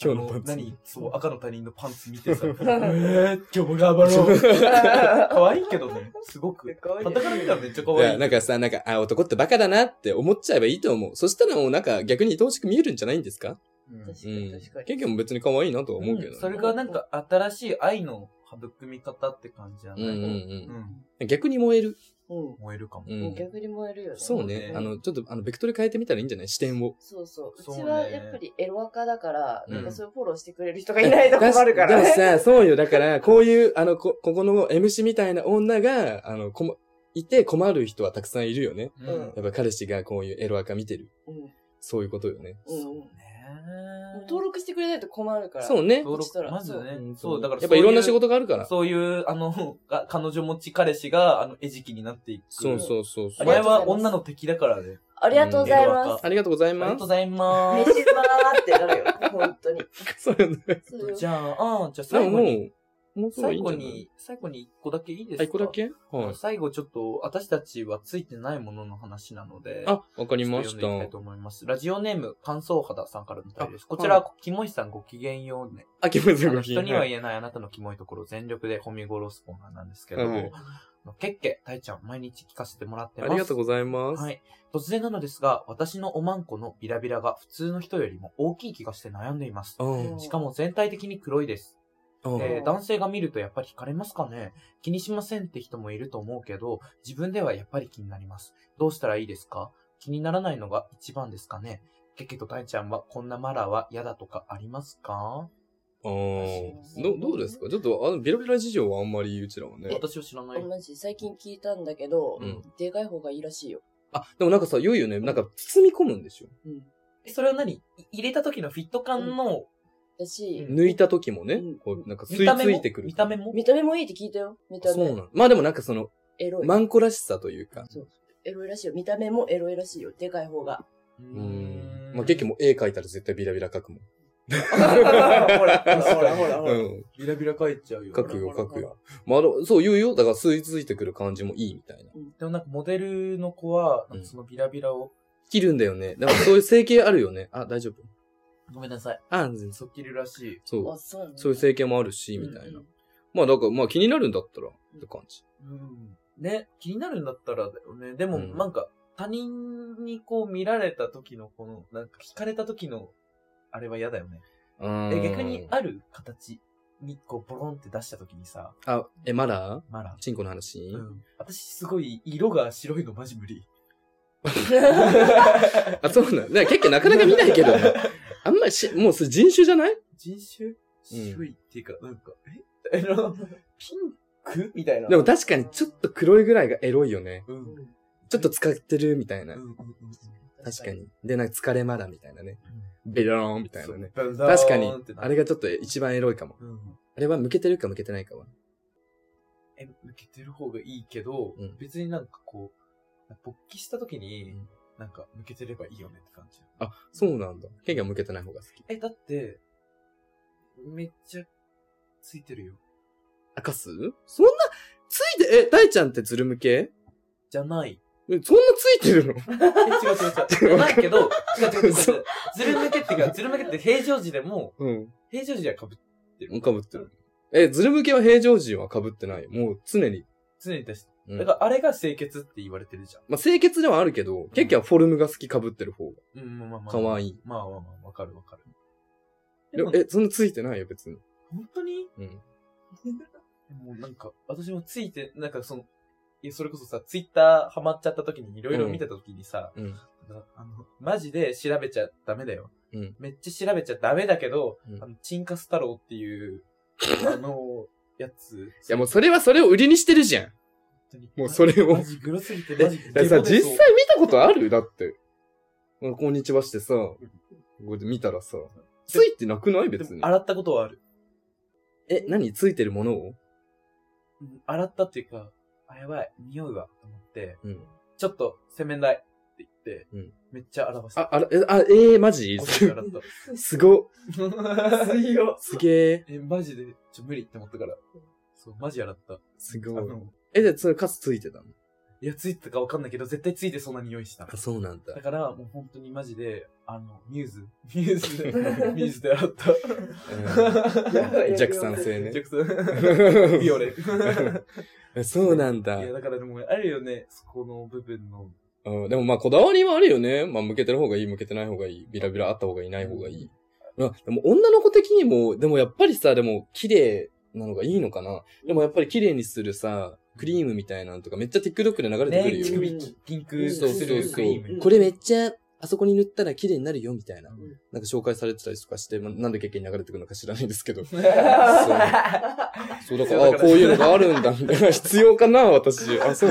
[SPEAKER 6] 今日のパンツ
[SPEAKER 5] あ何そう、赤の他人のパンツ見て さ、えー、今日も頑張ろう。可愛いけどね、すごく。
[SPEAKER 7] 可愛い
[SPEAKER 5] 叩かれたらめっちゃ可
[SPEAKER 6] い
[SPEAKER 5] 愛
[SPEAKER 6] や、
[SPEAKER 5] い。
[SPEAKER 6] なんかさ、なんか、あ、男ってバカだなって思っちゃえばいいと思う。そしたらもうなんか逆に愛おしく見えるんじゃないんですか
[SPEAKER 5] うん
[SPEAKER 7] 確
[SPEAKER 6] う
[SPEAKER 7] かに
[SPEAKER 6] ん
[SPEAKER 7] 確か。に。
[SPEAKER 6] ケンケンも別に可愛いなとは思うけど、ね
[SPEAKER 5] うんそれがなんか新しい愛の育み方って感じじゃない、
[SPEAKER 6] うんうん
[SPEAKER 5] う
[SPEAKER 6] うん
[SPEAKER 5] ん
[SPEAKER 6] 逆に燃える。
[SPEAKER 7] う。
[SPEAKER 5] 燃えるかも。
[SPEAKER 6] うんん。
[SPEAKER 7] 逆に燃えるよね。
[SPEAKER 6] そう
[SPEAKER 5] そう
[SPEAKER 6] ね
[SPEAKER 5] ね。
[SPEAKER 6] あの、ちょっと、あの、ベクトル変えてみたらいいんじゃない視点を。
[SPEAKER 7] そうそう。う
[SPEAKER 5] そうね
[SPEAKER 7] ちはやっぱりエロアカだから、
[SPEAKER 6] うん
[SPEAKER 7] なんかそういうフォローしてくれる人がいないと困るから
[SPEAKER 6] だし
[SPEAKER 7] ね。
[SPEAKER 6] でもさ、そうよ。だから、こういう、あの、こ、ここの MC みたいな女が、あの、こも、いて困る人はたくさんいるよね。
[SPEAKER 5] うん
[SPEAKER 7] うん
[SPEAKER 6] やっぱ彼氏がこういうエロアカ見てる。
[SPEAKER 7] うん
[SPEAKER 6] そういうことよね。
[SPEAKER 7] うん。
[SPEAKER 5] ね
[SPEAKER 7] 登録してくれないと困るから。
[SPEAKER 6] そうね。
[SPEAKER 5] 登
[SPEAKER 7] した
[SPEAKER 5] 録、
[SPEAKER 7] ら
[SPEAKER 5] まずね
[SPEAKER 6] う。ん
[SPEAKER 5] そう、だから
[SPEAKER 6] やっぱいろんな仕
[SPEAKER 5] そうう
[SPEAKER 6] 事があるから。
[SPEAKER 5] そういう、あの、が彼女持ち彼氏が、あの、餌食になっていく。
[SPEAKER 6] そうそうそうそ
[SPEAKER 5] お
[SPEAKER 6] う。
[SPEAKER 5] 前
[SPEAKER 7] ありがとうございま
[SPEAKER 5] は
[SPEAKER 7] す
[SPEAKER 5] 女の敵だからね。
[SPEAKER 7] ありがとうございます。
[SPEAKER 6] ありがとうござい
[SPEAKER 5] ありがと
[SPEAKER 6] ま
[SPEAKER 5] うご
[SPEAKER 6] す。
[SPEAKER 5] ざいま
[SPEAKER 7] 飯だーってなるよ。本当に。
[SPEAKER 6] そうよね。
[SPEAKER 7] そうよ
[SPEAKER 5] す。じゃあ、あじゃあ
[SPEAKER 6] で
[SPEAKER 5] 最
[SPEAKER 6] もも
[SPEAKER 5] 後に、
[SPEAKER 6] う、もうそう
[SPEAKER 5] 最
[SPEAKER 6] いいんじ
[SPEAKER 5] 後
[SPEAKER 6] ゃない
[SPEAKER 5] に、最後に一個だけいいですか
[SPEAKER 6] あ、一個だけはい。
[SPEAKER 5] 最後ちょっと、私たちはついてないものの話なので。
[SPEAKER 6] あ、わかりま
[SPEAKER 5] ちょっと読
[SPEAKER 6] し
[SPEAKER 5] んで。
[SPEAKER 6] た
[SPEAKER 5] いきたいと思います。ラジオネーム、乾燥肌さんからのお便りです。こち
[SPEAKER 6] は
[SPEAKER 5] ら、キモイさんごきげんよう ね。
[SPEAKER 6] あ、キム
[SPEAKER 5] あ
[SPEAKER 6] ズ
[SPEAKER 5] の
[SPEAKER 6] ご機嫌
[SPEAKER 5] 人には言えないあなたのキモいところを全力で褒め殺すコーナーなんですけど、
[SPEAKER 6] うん
[SPEAKER 5] ケッケ、タイちゃん、毎日聞かせてもらって
[SPEAKER 6] あ
[SPEAKER 5] ます。
[SPEAKER 6] りがとうございます。
[SPEAKER 5] はい。突然なのですが、私のおまんこのビラビラが普通の人よりも大きい気がして悩んでいます。
[SPEAKER 6] うん。
[SPEAKER 5] しかも全体的に黒いです。
[SPEAKER 6] うん
[SPEAKER 5] えー男性が見るとやっぱり惹かれますかね気にしませんって人もいると思うけど、自分ではやっぱり気になります。どうしたらいいですか気にならないのが一番ですかねケケとタイちゃんはこんなマラは嫌だとかありますか
[SPEAKER 6] うん。どどうですかちょっと、あの、ビラビラ事情はあんまりうちらはね。
[SPEAKER 5] 私は知らない。
[SPEAKER 7] マジ、最近聞いたんだけど、
[SPEAKER 6] うん
[SPEAKER 7] でかい方がいいらしいよ。
[SPEAKER 6] あ、でもなんかさ、良いよね。なんか包み込むんでしょ。
[SPEAKER 7] うん。
[SPEAKER 5] えそれは何い入れた時のフィット感の
[SPEAKER 7] だし、
[SPEAKER 5] うん
[SPEAKER 6] 抜いた時もね
[SPEAKER 7] うん、
[SPEAKER 6] こう、なんか吸い
[SPEAKER 5] 見た目も、
[SPEAKER 6] 付いてくる。
[SPEAKER 5] 見た目も
[SPEAKER 7] 見た目もいいって聞いたよ。見た
[SPEAKER 6] そうな
[SPEAKER 7] 目。
[SPEAKER 6] の。まあでもなんかその、
[SPEAKER 7] エロい。
[SPEAKER 6] マンコらしさというか。
[SPEAKER 7] そうエロいらしいよ。見た目もエロいらしいよ。でかい方が。
[SPEAKER 5] う
[SPEAKER 6] うーん。まあ、結局もう絵描いたら絶対ビラビラ描くもん。
[SPEAKER 7] ほら、ほら、ほら、ほら。ほ
[SPEAKER 6] う
[SPEAKER 7] ら
[SPEAKER 6] ん。
[SPEAKER 5] ビラビラ書いちゃうよ。
[SPEAKER 6] 描くよ、描くよ。まあ、あのそう言うよ。だから吸い付いてくる感じもいいみたいな。
[SPEAKER 5] でもなんかモデルの子は、なんかそのビラビラを、
[SPEAKER 6] 切るんだよね。だからそういう整形あるよね。あ、大丈夫。
[SPEAKER 5] ごめんなさい。
[SPEAKER 6] あ、全然
[SPEAKER 5] そっきるらしい。
[SPEAKER 6] そう
[SPEAKER 7] あ、。そうなんだ
[SPEAKER 6] そういう整形もあるし、みたいな。まあ、だから、まあ気になるんだったら、って感じ。
[SPEAKER 5] うん。ね、気になるんだったらだよね。でも、
[SPEAKER 6] うん
[SPEAKER 5] なんか、他人にこう見られた時の、この、なんか、惹かれた時の、あれは嫌だよね。
[SPEAKER 6] うーん
[SPEAKER 5] え、逆に、ある形に、こう、ボロンって出した時にさ、
[SPEAKER 6] あ、え、マラー
[SPEAKER 5] マラ。
[SPEAKER 6] チンコの話、
[SPEAKER 5] うん。私、すごい、色が白いのマジ無理。
[SPEAKER 6] あ、そうなんだ。結構なかなか見ないけどね。あんまりし、もうそれ人種じゃない
[SPEAKER 5] 人種白いっていうか、なんか、え あの、ピンクみたいな。
[SPEAKER 6] でも、確かにちょっと黒いぐらいがエロいよね。
[SPEAKER 5] うん。うん
[SPEAKER 7] うん
[SPEAKER 6] ちょっと使ってるみたいな。
[SPEAKER 5] うんうん
[SPEAKER 6] 確かに。で、なんか疲れマラみたいなね。ベローンみたいなね。
[SPEAKER 5] うん。
[SPEAKER 6] 確かに、あれ
[SPEAKER 5] が、
[SPEAKER 6] がちょっと一番エロいかも。
[SPEAKER 5] うん。
[SPEAKER 6] あれは向けてるか向けてないかは。
[SPEAKER 5] え、向けてる方がいいけど、
[SPEAKER 6] うん
[SPEAKER 5] 別になんかこう、勃起した時に
[SPEAKER 6] うん、
[SPEAKER 5] なんか向けてればいいよねって感じ。
[SPEAKER 6] あ、そうなんだ。ケンが向けてない方が好き。
[SPEAKER 5] え、だって、めっちゃ、ついてるよ。
[SPEAKER 6] あ、かすそんな、ついて、え、大ちゃんってズル向け
[SPEAKER 5] じゃない。
[SPEAKER 6] えそんなついてるの
[SPEAKER 5] え、違う違う違う。じ ゃないけど、違う違う違う違う。ずる向けっていうか、ずる向けって平常時でも、
[SPEAKER 6] うん。
[SPEAKER 5] 平常時は被っ
[SPEAKER 6] もう被ってる。え、ズル向けは平常時は被ってないよ。もう常に。
[SPEAKER 5] 常に出して、
[SPEAKER 6] うん
[SPEAKER 5] だからあれが清潔って言われてるじゃん。
[SPEAKER 6] まあ、清潔ではあるけど、結局はフォルムが好き被ってる方が。
[SPEAKER 5] うん、まあまあ。
[SPEAKER 6] 可愛い。
[SPEAKER 5] まあまあまあ、わかるわかる。
[SPEAKER 6] でも、え、そんなついてないよ、別に。
[SPEAKER 5] 本当に
[SPEAKER 6] うん。
[SPEAKER 5] もうなんか、私もついて、なんかその、いや、それこそさ、ツイッターハマっちゃった時にいろいろ見てた時にさ、
[SPEAKER 6] うん。
[SPEAKER 5] あの、マジで調べちゃダメだよ。
[SPEAKER 6] うん
[SPEAKER 5] めっちゃ調べちゃダメだけど、
[SPEAKER 6] うん
[SPEAKER 5] あの、チンカス太郎って いう、あの、やつ。
[SPEAKER 6] いや、もうそれはそれを売りにしてるじゃん。もうそれを
[SPEAKER 5] マジグロすぎて、
[SPEAKER 6] え、
[SPEAKER 5] マジ
[SPEAKER 6] だから
[SPEAKER 5] デ
[SPEAKER 6] さ、実
[SPEAKER 5] コ
[SPEAKER 6] 際
[SPEAKER 5] 出
[SPEAKER 6] 見
[SPEAKER 5] そう
[SPEAKER 6] たことあるだって。まあこんにちはしてさ、ここで見たらさ、ついてなくない別
[SPEAKER 5] で
[SPEAKER 6] に
[SPEAKER 5] も。洗ったことはある。
[SPEAKER 6] え、何ついてるものを
[SPEAKER 5] うん洗ったっていうか、あ、やばい、匂いは、と思って、
[SPEAKER 6] うん。
[SPEAKER 5] ちょっと、洗面台って言って、
[SPEAKER 6] うん
[SPEAKER 5] めっちゃ洗わせた。
[SPEAKER 6] あ、あら、え、あ、えー、マジ
[SPEAKER 5] こっち
[SPEAKER 6] す
[SPEAKER 5] 洗った。
[SPEAKER 6] すごっ。
[SPEAKER 5] 水曜。
[SPEAKER 6] すげえ。
[SPEAKER 5] え、マジで、ちょ、無理って思ったから。そう、マジ洗った。あ
[SPEAKER 6] すごい。
[SPEAKER 5] の、
[SPEAKER 6] え、で、それカスついてたの
[SPEAKER 5] いや、ついてたかわかんないけど、絶対ついてそんな匂いした。
[SPEAKER 6] あ、そうなんだ
[SPEAKER 5] だ。から、もう本当にマジで、あの、ミューズ、ミュー ズで、ミューズで洗った。
[SPEAKER 6] うん、弱酸性ね。
[SPEAKER 5] 直接、ビオレ。
[SPEAKER 6] えそうなんだ
[SPEAKER 5] い。や、だからでも、あるよね、そこの部分の。
[SPEAKER 6] うん、でもまあ、こだわりはあるよね。まあ、向けてる方がいい、向けてない方がいい、ビラビラあった方がいい、ない方がいい。まあ、でも女の子的にも、でもやっぱりさ、でも、綺麗なのがいいのかな。でもやっぱり綺麗にするさ、クリームみたいなのとか、めっちゃ TikTok で流れてく
[SPEAKER 5] ね、
[SPEAKER 6] る
[SPEAKER 5] 乳
[SPEAKER 6] よ。
[SPEAKER 5] 首ピン
[SPEAKER 7] う
[SPEAKER 5] ク
[SPEAKER 7] ん
[SPEAKER 5] す
[SPEAKER 6] そうそう
[SPEAKER 5] る
[SPEAKER 6] そ
[SPEAKER 5] クリー
[SPEAKER 6] う。
[SPEAKER 5] ム。
[SPEAKER 6] これめっちゃ、あそこに塗ったら綺麗になるよ、みたいな。
[SPEAKER 7] ん
[SPEAKER 6] なんか紹介されてたりとかして、まあなんで結局流れてくるのか知らないんで すけど。そう、だから、あ
[SPEAKER 5] そうだ
[SPEAKER 6] あ、
[SPEAKER 5] から
[SPEAKER 6] こういうのがあるんだ、みたいな。必要かな、私。あ、そう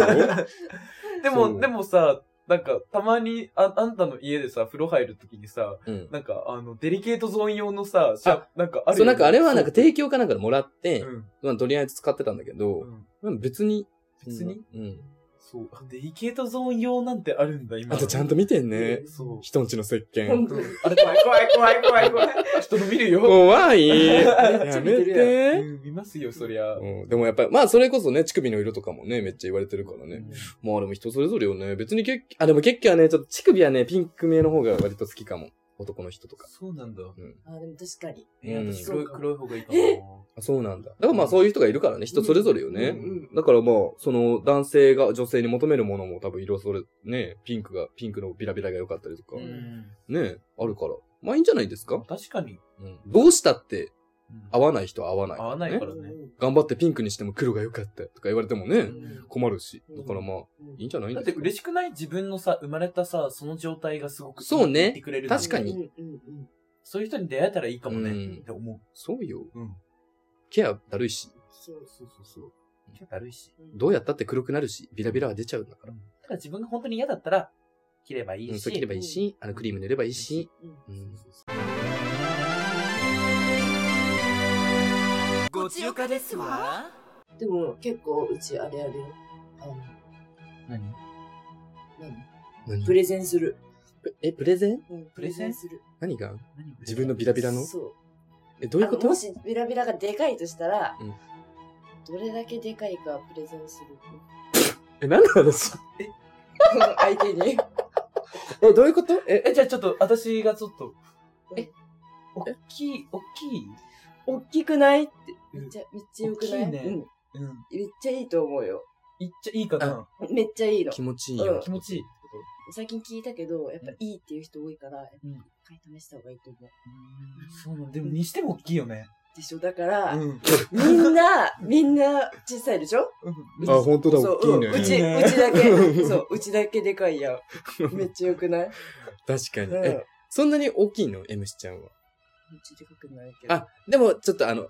[SPEAKER 5] で
[SPEAKER 6] そ
[SPEAKER 5] も、
[SPEAKER 6] う
[SPEAKER 5] でもさ、なんか、たまに、あ、あんたの家でさ、風呂入るときにさ、
[SPEAKER 6] うん。
[SPEAKER 5] なんか、あの、デリケートゾーン用のさ、シャなんかある
[SPEAKER 6] そ
[SPEAKER 5] よね
[SPEAKER 6] う、なんかあれは、なんか提供かなんかでもらって、
[SPEAKER 5] うん
[SPEAKER 6] まあ、とりあえず使ってたんだけど、
[SPEAKER 5] うん
[SPEAKER 6] まあ別に、
[SPEAKER 5] 別に
[SPEAKER 6] うん。
[SPEAKER 5] そう。あデリケートゾーン用なんてあるんだ、今。
[SPEAKER 6] あとちゃんと見てんね。
[SPEAKER 5] そう。
[SPEAKER 6] 人んちの石鹸。
[SPEAKER 7] 本当
[SPEAKER 5] うん
[SPEAKER 7] に
[SPEAKER 5] あれ、怖い怖い怖い怖い怖い。
[SPEAKER 7] い。
[SPEAKER 5] 人の見る よ。
[SPEAKER 6] 怖い。や
[SPEAKER 5] めっちゃ見
[SPEAKER 6] め
[SPEAKER 5] てう
[SPEAKER 6] て。
[SPEAKER 5] ん、見ますよ、そりゃ。
[SPEAKER 6] うん、でもやっぱり、まあそれこそね、乳首の色とかもね、めっちゃ言われてるから
[SPEAKER 5] う
[SPEAKER 6] ね。
[SPEAKER 5] ん
[SPEAKER 6] まあでも人それぞれよね。別に結あ、でも結局はね、ちょっと乳首はね、ピンク目の方が割と好きかも。男の人とか。
[SPEAKER 5] そうなんだ。
[SPEAKER 7] あー、でも確かに。
[SPEAKER 5] えー、私
[SPEAKER 7] う
[SPEAKER 5] 黒
[SPEAKER 7] ん
[SPEAKER 5] い、黒い方がいいかも。
[SPEAKER 6] あそうなんだ。だからまあそういう人がいるからね、人それぞれよね。
[SPEAKER 7] うんうん
[SPEAKER 6] だからまあ、その男性が女性に求めるものも多分色それ、ね、ピンクが、ピンクのビラビラが良かったりとか、
[SPEAKER 7] うん
[SPEAKER 6] ね、あるから。まあいいんじゃないですか、
[SPEAKER 5] 確かに。
[SPEAKER 6] うん、どうしたって
[SPEAKER 5] うん
[SPEAKER 6] 合わない人は合わない、
[SPEAKER 5] 合わないから
[SPEAKER 6] ね。
[SPEAKER 5] ね
[SPEAKER 6] 頑張ってピンクにしても黒が良かったとか言われてもね、
[SPEAKER 5] ん
[SPEAKER 6] 困るし。
[SPEAKER 7] うん
[SPEAKER 6] だからまあ、いいんじゃない
[SPEAKER 5] だっ
[SPEAKER 6] です
[SPEAKER 5] て
[SPEAKER 6] か
[SPEAKER 5] 嬉しくない自分のさ、生まれたさ、その状態がすごく
[SPEAKER 6] そうね
[SPEAKER 5] 言ってくれるの
[SPEAKER 6] 確かに。
[SPEAKER 7] うんうんうん
[SPEAKER 5] そういう人に出会えたらいいかもね、
[SPEAKER 6] うん
[SPEAKER 5] って思
[SPEAKER 6] そうよ。
[SPEAKER 5] う。うん。
[SPEAKER 6] ケアだるいし、
[SPEAKER 7] そうそうそうそう。
[SPEAKER 5] 結構だるいし。
[SPEAKER 6] どうやったって黒くなるし、ビラビラは出ちゃうんだから。
[SPEAKER 5] だから自分が本当に嫌だったら、切ればいいし。
[SPEAKER 6] うん、そう切ればいいし、あのクリーム塗ればいいし。
[SPEAKER 7] う
[SPEAKER 6] うん
[SPEAKER 1] ごちよかですわ。
[SPEAKER 7] んでも結構うちあれあれよ。あの、
[SPEAKER 5] 何
[SPEAKER 7] 何
[SPEAKER 6] 何
[SPEAKER 7] プレゼンする。
[SPEAKER 6] え、プレゼン
[SPEAKER 7] うん
[SPEAKER 5] プレゼン
[SPEAKER 7] する。
[SPEAKER 6] 何が
[SPEAKER 5] 何
[SPEAKER 6] 自分のビラビラの
[SPEAKER 7] そう。
[SPEAKER 6] え、どういうこ
[SPEAKER 7] あの
[SPEAKER 6] と
[SPEAKER 7] もしビラビラがでかいとしたら、
[SPEAKER 6] うん
[SPEAKER 7] どれだけでかいかプレゼンする
[SPEAKER 6] え、何の話
[SPEAKER 7] 相手に
[SPEAKER 6] え、どういうことえ、
[SPEAKER 5] え、じゃあちょっと、私がちょっと、
[SPEAKER 7] うん
[SPEAKER 5] え、おっきい、おっきい
[SPEAKER 7] 大きくないって
[SPEAKER 5] うん
[SPEAKER 7] めっちゃめっちゃよくない
[SPEAKER 5] 大きいね
[SPEAKER 7] うん、
[SPEAKER 5] うん。
[SPEAKER 7] めっちゃいいと思うよ
[SPEAKER 5] いっちゃいいかな
[SPEAKER 7] めっちゃいいの
[SPEAKER 6] 気持ちいいよ。
[SPEAKER 7] うん
[SPEAKER 5] 気持ちいい。
[SPEAKER 7] 最近聞いたけどやっぱいいっていう人多いからやっぱ
[SPEAKER 5] うん
[SPEAKER 7] 一回試した方がいいと思う
[SPEAKER 5] そうなんでも、にしても大きいよね。
[SPEAKER 7] でしょだから、
[SPEAKER 5] うん。
[SPEAKER 7] みんな みんな小さいでしょ
[SPEAKER 6] あ、本当だ、
[SPEAKER 7] そ
[SPEAKER 6] 大き
[SPEAKER 7] う、
[SPEAKER 6] いうね。
[SPEAKER 7] んう
[SPEAKER 5] い
[SPEAKER 7] ち
[SPEAKER 5] いね
[SPEAKER 7] うちだ けそううちだけでかいやんめっちゃよくない、
[SPEAKER 6] 確か
[SPEAKER 7] うん、
[SPEAKER 6] に。
[SPEAKER 7] う
[SPEAKER 6] え、そんなに大きいの ?M しちゃんは。
[SPEAKER 7] ちでかくないけど
[SPEAKER 6] あ、でも、ちょっとあの、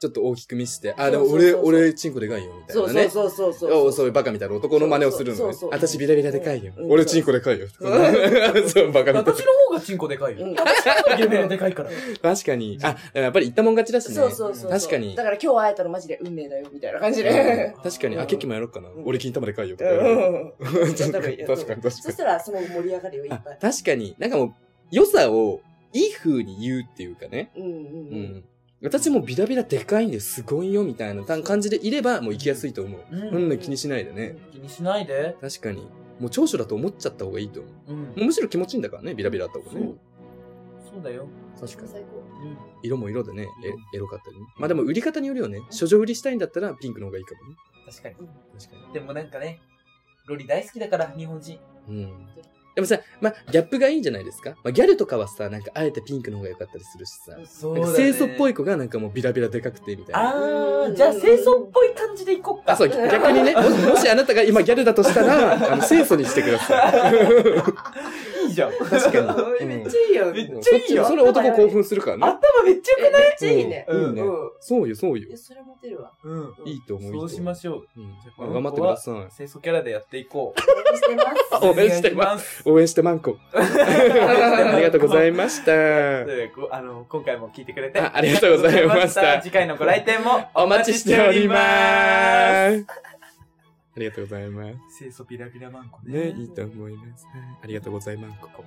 [SPEAKER 6] ちょっと大きく見せて、あ、で
[SPEAKER 7] そう
[SPEAKER 6] も
[SPEAKER 7] そうそう
[SPEAKER 6] 俺、
[SPEAKER 7] そう
[SPEAKER 6] 俺、チンコでかいよ、みたい
[SPEAKER 7] そう
[SPEAKER 6] なね。
[SPEAKER 7] そうそうそう
[SPEAKER 6] お
[SPEAKER 7] そう
[SPEAKER 6] うそういうバカみたいな男の真似をする
[SPEAKER 7] そ
[SPEAKER 6] の
[SPEAKER 7] う
[SPEAKER 6] ね
[SPEAKER 7] そうそう。
[SPEAKER 6] 私ビラビラでかいよ。
[SPEAKER 7] うん
[SPEAKER 6] 俺チンコでかいよ。
[SPEAKER 7] うん
[SPEAKER 6] そう、バカみたい
[SPEAKER 5] 私
[SPEAKER 6] な
[SPEAKER 5] の。方がチンコでかいよ。
[SPEAKER 7] うん
[SPEAKER 5] 私の方がゲベラでかいから。
[SPEAKER 6] 確かに。あ、やっぱり言ったもん勝ちだしね。
[SPEAKER 7] そうそうそうそう。
[SPEAKER 6] 確かに
[SPEAKER 7] だから今日会えたのマジで運命だよ、みたいな感じ
[SPEAKER 6] うん
[SPEAKER 7] で。
[SPEAKER 6] 確かに、
[SPEAKER 7] う
[SPEAKER 6] あ、
[SPEAKER 7] ん
[SPEAKER 6] ケーキもやろうかな。
[SPEAKER 7] ん
[SPEAKER 6] 俺金玉でかいよ。と
[SPEAKER 7] う
[SPEAKER 6] か言われる
[SPEAKER 7] ん。やったらいいやったらいい
[SPEAKER 6] 確かに、確
[SPEAKER 7] そ
[SPEAKER 6] かに
[SPEAKER 7] し。たら、その盛り上がるよ、いっ
[SPEAKER 6] あ
[SPEAKER 7] ぱい。
[SPEAKER 6] 確かに、なんかもう、良さをいい風に言うっていうかね。
[SPEAKER 7] うんうん
[SPEAKER 6] う
[SPEAKER 7] うん。
[SPEAKER 6] ん。私もビラビラでかいんです、すごいよ、みたいな感じでいれば、もう行きやすいと思う。
[SPEAKER 5] う
[SPEAKER 6] そん
[SPEAKER 5] ん。
[SPEAKER 6] な気にしないでね。
[SPEAKER 5] 気にしないで。
[SPEAKER 6] 確かに。もう長所だと思っちゃった方がいいと思う。
[SPEAKER 5] うん。
[SPEAKER 6] もうむしろ気持ちいいんだからね、ビラビラあった方がね。
[SPEAKER 5] そうだよ。
[SPEAKER 6] 確かに。
[SPEAKER 7] 最高。
[SPEAKER 5] うん。
[SPEAKER 6] 色も色でね、えエロかったりね。まあでも売り方によるよね。処女売りしたいんだったらピンクの方がいいかもね。
[SPEAKER 5] 確かに。
[SPEAKER 6] 確か
[SPEAKER 5] でもなんかね、ロリ大好きだから、日本人。
[SPEAKER 6] に。うん。でもさ、まあ、ギャップがいいんじゃないですか、まあ、ギャルとかはさ、なんかあえてピンクの方が良かったりするしさ。
[SPEAKER 5] そ
[SPEAKER 6] なんか清楚っぽい。子がなんかもうビラビラでかくてみたいな。
[SPEAKER 5] あー、じゃあ清楚っぽい感じでいこっか。
[SPEAKER 6] あ、そう、
[SPEAKER 5] ギ
[SPEAKER 6] 逆にね、もしもしあなたが今ギャルだとしたら、あの、清楚にしてください。
[SPEAKER 5] いいじゃん。
[SPEAKER 6] 確かに
[SPEAKER 5] めっち
[SPEAKER 7] ちゃいいよ。
[SPEAKER 5] め
[SPEAKER 7] め
[SPEAKER 5] っ
[SPEAKER 7] っ
[SPEAKER 5] ち
[SPEAKER 7] ち
[SPEAKER 5] ゃ
[SPEAKER 7] ゃ
[SPEAKER 5] いいよ
[SPEAKER 6] そっちそれ男興奮するから
[SPEAKER 5] ゃ、
[SPEAKER 6] ね。
[SPEAKER 5] 頭めっちゃ良くない
[SPEAKER 7] いいね。
[SPEAKER 5] うん
[SPEAKER 6] いいね
[SPEAKER 7] うん。
[SPEAKER 6] そうよ、そうよ
[SPEAKER 7] いや。それモテるわ。
[SPEAKER 5] うん。
[SPEAKER 6] いいと思う。い
[SPEAKER 5] そ
[SPEAKER 6] いと思
[SPEAKER 5] うしましょう。
[SPEAKER 6] うん
[SPEAKER 5] じゃあこの子は
[SPEAKER 6] 頑張ってくださ
[SPEAKER 5] 清楚キャラでやっていこう。。
[SPEAKER 7] 応援してます。
[SPEAKER 6] 応援してますい。応援してマンコ。ありがとうございました。
[SPEAKER 5] ということで こあの、今回も聞いてくれて
[SPEAKER 6] あありがとうございま
[SPEAKER 5] あ
[SPEAKER 6] した
[SPEAKER 5] りがとうござい 次回のご来店も
[SPEAKER 6] お待ちしております。ありがとうございます。
[SPEAKER 5] す。清楚ピラピラマンコね。
[SPEAKER 6] ね、いいと思います。はいありがとうございます。ここ。